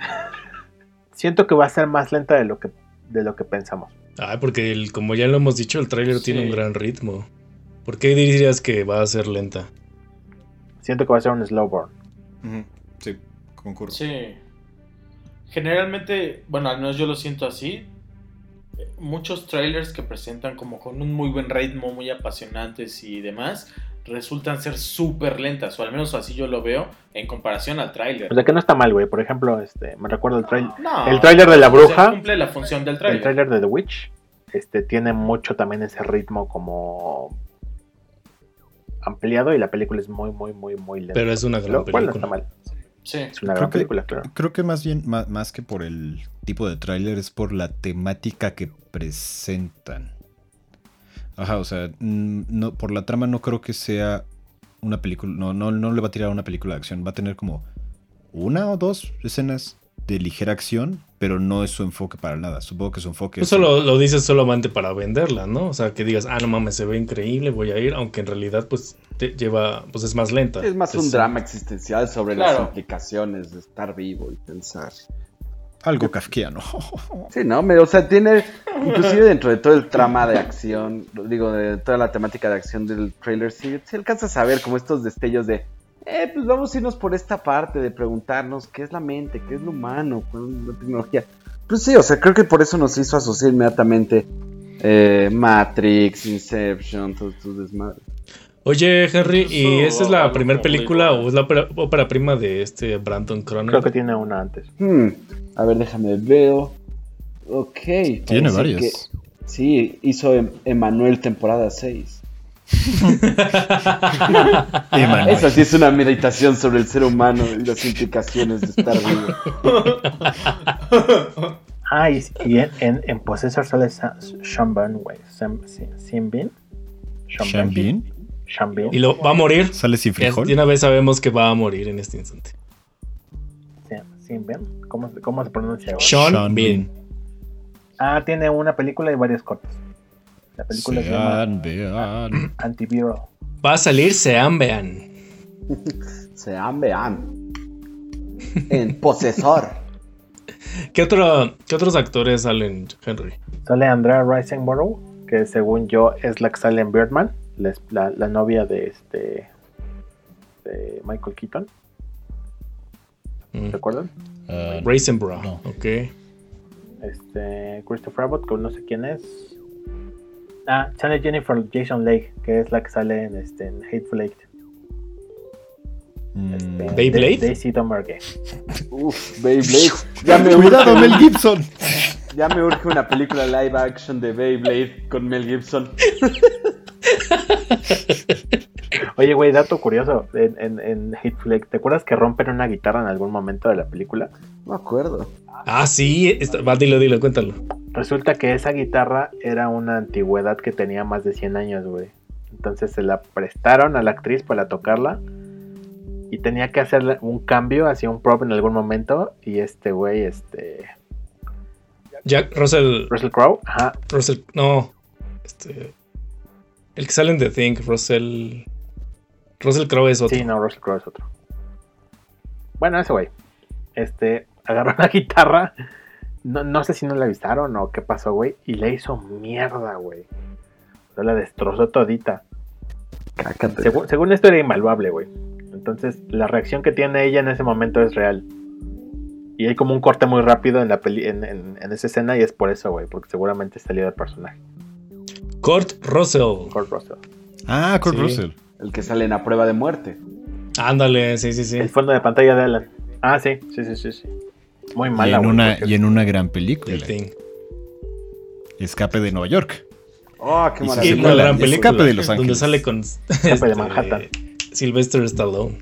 D: Siento que va a ser más lenta de lo que de lo que pensamos.
E: Ah, porque el- como ya lo hemos dicho, el tráiler tiene
A: Sí.
E: un gran ritmo. ¿Por qué dirías que va a ser lenta?
D: Siento que va a ser un slow burn.
B: sí, concurso.
A: Sí. Generalmente, bueno, al menos yo lo siento así. eh, Muchos trailers que presentan como con un muy buen ritmo, muy apasionantes y demás, resultan ser súper lentas, o al menos así yo lo veo en comparación al trailer.
D: O sea Pues que no está mal, güey. Por ejemplo, este, me recuerdo el trailer
A: No,
D: el tráiler de la
A: o sea,
D: bruja.
A: cumple la función del
D: el
A: trailer.
D: tráiler de The Witch. Este tiene mucho también ese ritmo como ampliado y la película es muy muy muy muy lenta.
E: Pero es una gran
D: Lo cual no está
E: película.
D: mal.
A: Sí.
D: Es una
B: Creo
D: gran
B: que-
D: película, claro.
B: Creo que más bien, ma- más, que por el tipo de tráiler, es por la temática que presentan. Ajá, o sea, mm, no, por la trama no creo que sea una película, no, no, no le va a tirar a una película de acción, va a tener como una o dos escenas de ligera acción, pero no es su enfoque para nada. Supongo que su enfoque
E: Tú
B: es...
E: solo lo dices solamente para venderla, ¿no? O sea, que digas, ah, no mames, se ve increíble, voy a ir, aunque en realidad, pues, te lleva, pues es más lenta.
F: Es más un
E: Entonces,
F: drama existencial sobre
A: Claro.
F: las implicaciones de estar vivo y pensar.
B: Algo kafkiano.
F: Sí, ¿no? Me- O sea, tiene, inclusive dentro de todo el trama de acción, digo, de toda la temática de acción del trailer, sí, sí alcanzas a ver como estos destellos de, eh, pues vamos a irnos por esta parte de preguntarnos qué es la mente, qué es lo humano, cuál es la tecnología. Pues sí, o sea, creo que por eso nos hizo asociar inmediatamente eh, Matrix, Inception, todos estos desmadres.
E: Oye, Henry, ¿y
A: Eso
E: esa es la
A: algo
E: primera
A: como
E: película
A: muy
E: o es la ópera- ópera prima de este Brandon
D: Creo que
E: Cronenberg?
D: tiene una antes.
F: Hmm, a ver, déjame veo. Ok.
B: Tiene
F: parece
B: varias.
F: que- sí, hizo Em- Emanuel temporada 6.
E: Ah,
B: Emanuel.
F: Esa sí es una meditación sobre el ser humano y las implicaciones de estar vivo.
D: Ah, y, y en, en, en Possessor sale Sa- Sean Bean, güey. Sam- Si- Sin Bean. Sean
B: Sean
D: Bean.
B: Bean
D: Sean Bean.
E: Y lo va a morir.
B: sale sin
E: Ya
B: frijol.
E: de una vez sabemos que va a morir en este instante.
D: Sin- Sin Bean. ¿Cómo, se- cómo se pronuncia? güey?
E: Sean,
B: Sean
E: Bean.
D: Ah, tiene una película y varios cortos. La película se llama
B: Sean Bean.
D: Antiviral.
E: Va a salir Sean Bean.
F: Sean, vean. En posesor.
E: ¿Qué, otro, ¿Qué otros actores salen, Henry?
G: Sale Andrea Risenborough, que según yo es la que sale en Birdman, la, es- la- la novia de este de Michael Keaton,
D: Pues
E: Mm.
G: ¿recuerdan?
B: Ah,
E: Raisenbrough.
B: No.
E: Ok.
G: Este Christopher Abbott, que no sé quién es. Ah, sale Jennifer Jason Leigh, que es la que sale en este en Hateful Eight.
B: mm,
G: Este,
E: ¿Beyblade?
G: Da- Daisy Domergue.
F: Uf, Beyblade. Ya me
B: mm. ¡Cuidado, Mel
F: urge,
B: Gibson!
F: ya me urge una película live action de Beyblade con Mel Gibson.
G: Oye, güey, dato curioso en, en, en Hateful Eight, ¿te acuerdas que rompen una guitarra en algún momento de la película?
F: No me acuerdo.
E: Ah, sí. esta- va, dilo, dilo, cuéntalo.
G: Resulta que esa guitarra era una antigüedad que tenía más de 100 años, güey. Entonces se la prestaron a la actriz para tocarla. Y tenía que hacer un cambio hacia un prop en algún momento. Y este güey, este.
E: Jack Russell.
G: Russell Crowe, ajá,
E: Russell. No. Este. El que sale en The Thing, Russell. Russell Crowe es otro.
G: Sí, no, Russell Crowe es otro. Bueno, ese güey. Este, agarró la guitarra. No, no sé si no la avisaron o qué pasó, güey. Y le hizo mierda, güey. O sea, la destrozó todita.
F: Cácate.
G: Según, según esto era invaluable, güey. Entonces, la reacción que tiene ella en ese momento es real. Y hay como un corte muy rápido en, la peli- en, en- en esa escena y es por eso, güey. Porque seguramente salió del personaje.
E: Kurt Russell.
G: Kurt Russell.
B: Ah, Kurt
E: Sí.
B: Russell.
F: El que sale en la prueba de muerte.
E: Ándale, sí, sí, sí.
G: El fondo de pantalla de Alan. Ah, sí, sí, sí, sí. sí. Muy
B: Y
G: mala,
B: en,
G: güey.
B: una,
G: porque-
B: y en una gran
E: The
B: película.
E: Thing.
B: Escape de Nueva York.
F: Oh, qué
B: Y
E: Y
B: se
F: maravilla.
E: una
B: secuela,
E: gran
B: El
E: película.
B: escape de Los
E: Donde
B: Ángeles.
E: sale con. este,
G: Escape de Manhattan.
E: Sylvester Stallone.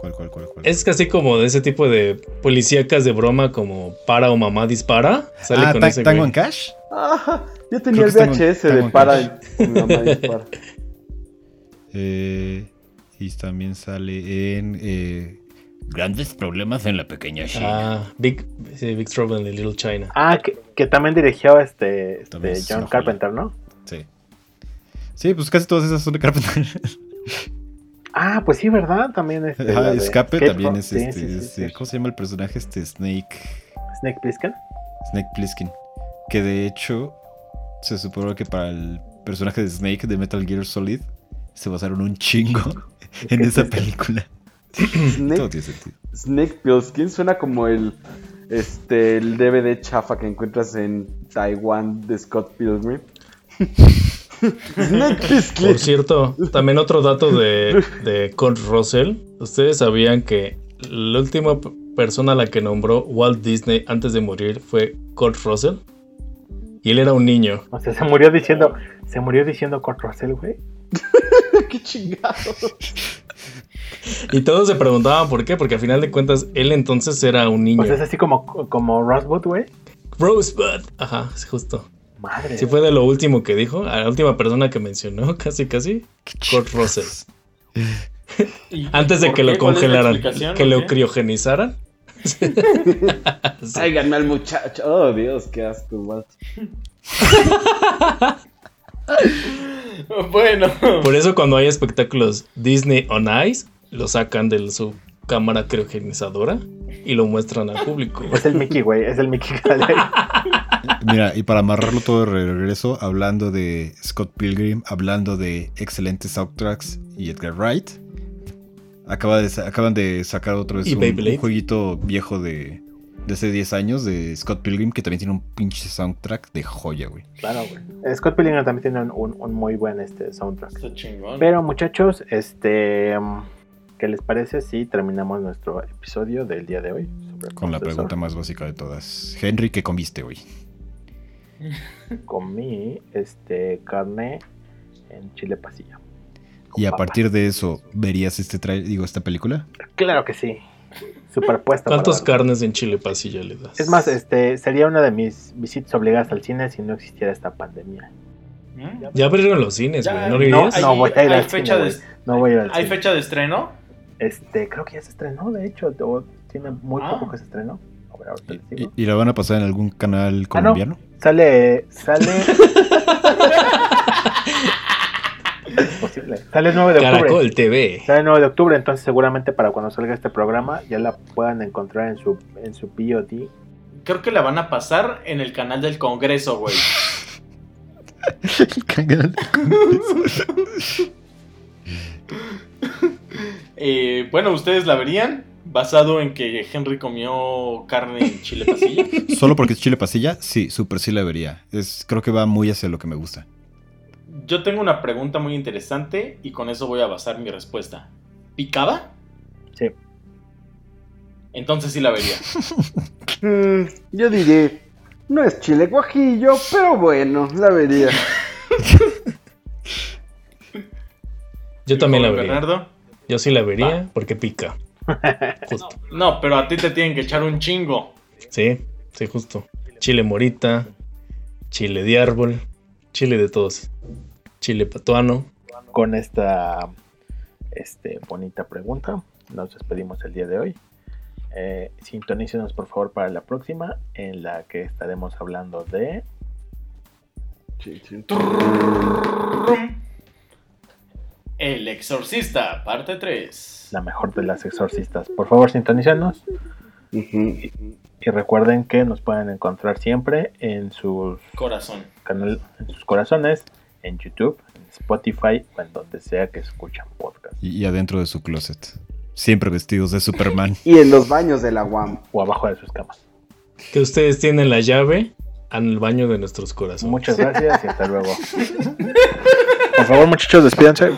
B: ¿Cuál, cuál, cuál? cuál?
E: Es casi como de ese tipo de policíacas de broma, como para o mamá dispara. Sale
B: ah,
E: con
B: Ta-
E: ese
B: Tango
E: güey.
B: en Cash.
F: Ah, yo
B: Creo
F: tenía el
B: que está en-
F: VHS
B: está
F: de
B: en-
F: para. y- mi mamá dispara.
B: Eh, y también sale en eh, Grandes problemas en la pequeña China.
E: Ah, Big, sí, Big Trouble in Little China.
G: Ah, que, que también dirigió este, este
B: También es
G: John
B: una joya.
G: Carpenter, ¿no?
B: Sí. Sí, pues casi todas esas son de Carpenter.
G: Ah, pues sí, ¿verdad? También este, es.
B: Ajá, Ah, escape también es este. este- ¿Cómo se llama el personaje? Este Snake.
G: Snake Plissken.
B: Snake Plissken. Que de hecho, se supone que para el personaje de Snake de Metal Gear Solid se basaron un chingo en esa película. Todo
F: Snake,
B: tiene sentido.
F: Snake Pilskin suena como el, este, el DVD chafa que encuentras en Taiwán de Scott Pilgrim. Snake Pilskin.
E: Por cierto, también otro dato de, de Kurt Russell. Ustedes sabían que la última p- persona a la que nombró Walt Disney antes de morir fue Kurt Russell. Y él era un niño.
G: O sea, se murió diciendo. Se murió diciendo Kurt Russell, güey.
F: ¡Qué chingado!
E: Y todos se preguntaban por qué, porque al final de cuentas él entonces era un niño.
G: O sea, Pues es así como, como Rosebud, güey.
E: Rosebud. Ajá, es justo.
G: Madre.
E: Sí fue de lo último que dijo, a la última persona que mencionó, casi casi, Kurt Russell.
A: ¿Y-
E: Antes de
A: por
E: que lo
A: qué? ¿Cuál es la
E: congelaran,
A: explicación,
E: que
A: o
E: lo
A: qué?
E: criogenizaran. Sí.
F: Sáiganme al muchacho. Oh, Dios, qué asco, Walt.
A: Bueno,
E: Por eso cuando hay espectáculos Disney on Ice, lo sacan de su cámara criogenizadora y lo muestran al público.
G: Es el Mickey, güey. Es el Mickey que sale ahí.
B: Mira, y para amarrarlo todo de regreso, hablando de Scott Pilgrim, hablando de excelentes soundtracks y Edgar Wright, acaba de sa- acaban de sacar otra vez
E: Y
B: un,
E: Beyblade.
B: un jueguito viejo de, de hace 10 años de Scott Pilgrim que también tiene un pinche soundtrack de joya, güey.
G: Claro, güey. Scott Pilgrim también tiene un, un- un muy buen este, soundtrack.
A: está chingón.
G: Pero, muchachos, este. mm, ¿Qué les parece si terminamos nuestro episodio del día de hoy? sobre
B: Con la
G: Processor?
B: pregunta más básica de todas. Henry, ¿qué comiste, güey?
G: comí este carne en chile pasilla. Con
B: Y a
G: papa.
B: partir de eso, ¿verías este trai- digo, esta película?
G: Claro que sí. Superpuesta. para
E: ¿Cuántos
G: verlo.
E: carnes en chile pasilla le das?
G: Es más, este sería una de mis visitas obligadas al cine si no existiera esta pandemia.
A: ¿Mm?
E: ya abrieron los cines,
A: Ya,
E: güey, ¿no
A: no,
E: lo irías?
A: hay,
G: No, voy a ir
A: hay
G: al
A: fecha
G: cine,
A: de,
G: güey. No voy a ir al
A: ¿Hay
G: cine.
A: fecha de estreno?
G: Este, creo que ya se estrenó, de hecho, o tiene muy
A: Ah.
G: poco que se estrenó. A ver, ahorita les
B: ¿Y,
G: digo.
B: y la van a pasar en algún canal
G: Ah, no.
B: colombiano?
G: Sale, sale. es posible. Sale el 9 de octubre.
E: Caracol TV.
G: Sale el 9 de octubre, entonces seguramente para cuando salga este programa ya la puedan encontrar en su en su POD.
A: Creo que la van a pasar en el canal del Congreso, güey. Eh, bueno, ustedes la verían basado en que Henry comió carne en chile pasilla.
B: Solo porque es chile pasilla, sí, súper sí la vería. Es, creo que va muy hacia lo que me gusta.
A: Yo tengo una pregunta muy interesante y con eso voy a basar mi respuesta. ¿Picaba?
G: Sí.
A: Entonces sí la vería.
F: Mm, yo diré, no es chile guajillo, pero bueno, la vería.
E: Yo también la
A: Joven
E: vería.
A: Bernardo.
E: Yo sí la vería porque pica. Justo.
A: No, pero a ti te tienen que echar un chingo.
E: Sí, sí, justo. Chile morita, chile de árbol, chile de todos. Chile patuano.
G: Con esta este, bonita pregunta, nos despedimos el día de hoy. Eh, sintonícenos por favor para la próxima, en la que estaremos hablando de
A: El exorcista, parte 3.
G: la mejor de las exorcistas. Por favor, sintonícenos.
F: Ujú.
G: Y recuerden que nos pueden encontrar siempre en sus,
A: Corazón.
G: canal, en sus corazones, en YouTube, en Spotify o en donde sea que escuchan podcast.
B: Y, y adentro de su closet. Siempre vestidos de Superman.
F: Y en los baños de la UAM.
G: O abajo de sus camas.
E: Que ustedes tienen la llave al baño de nuestros corazones.
G: Muchas gracias y hasta luego. Por favor, muchachos, despídanse.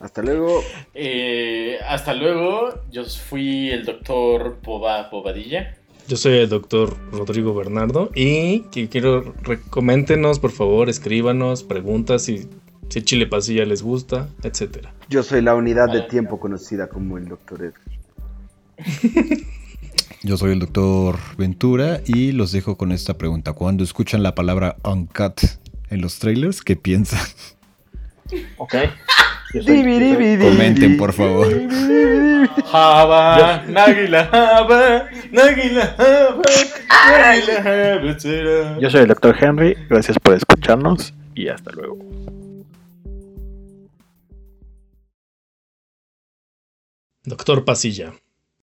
F: Hasta luego.
A: Eh, hasta luego. Yo fui el doctor Boba Bobadilla.
E: Yo soy el doctor Rodrigo Bernardo y que quiero re- coméntenos, por favor, escríbanos preguntas si, si chile pasilla les gusta, etcétera.
F: Yo soy la unidad de
A: Vale.
F: tiempo conocida como el Doctor Ed.
B: Yo soy el doctor Ventura y los dejo con esta pregunta. Cuando escuchan la palabra uncut en los trailers, ¿qué piensan?
G: Ok. Yo soy- yo soy-
B: Comenten, por favor.
A: Java, Náguila, Java, Náguila, Java, Náguila, Java, será.
G: Yo soy el doctor Henry, gracias por escucharnos y hasta luego.
E: Doctor Pasilla.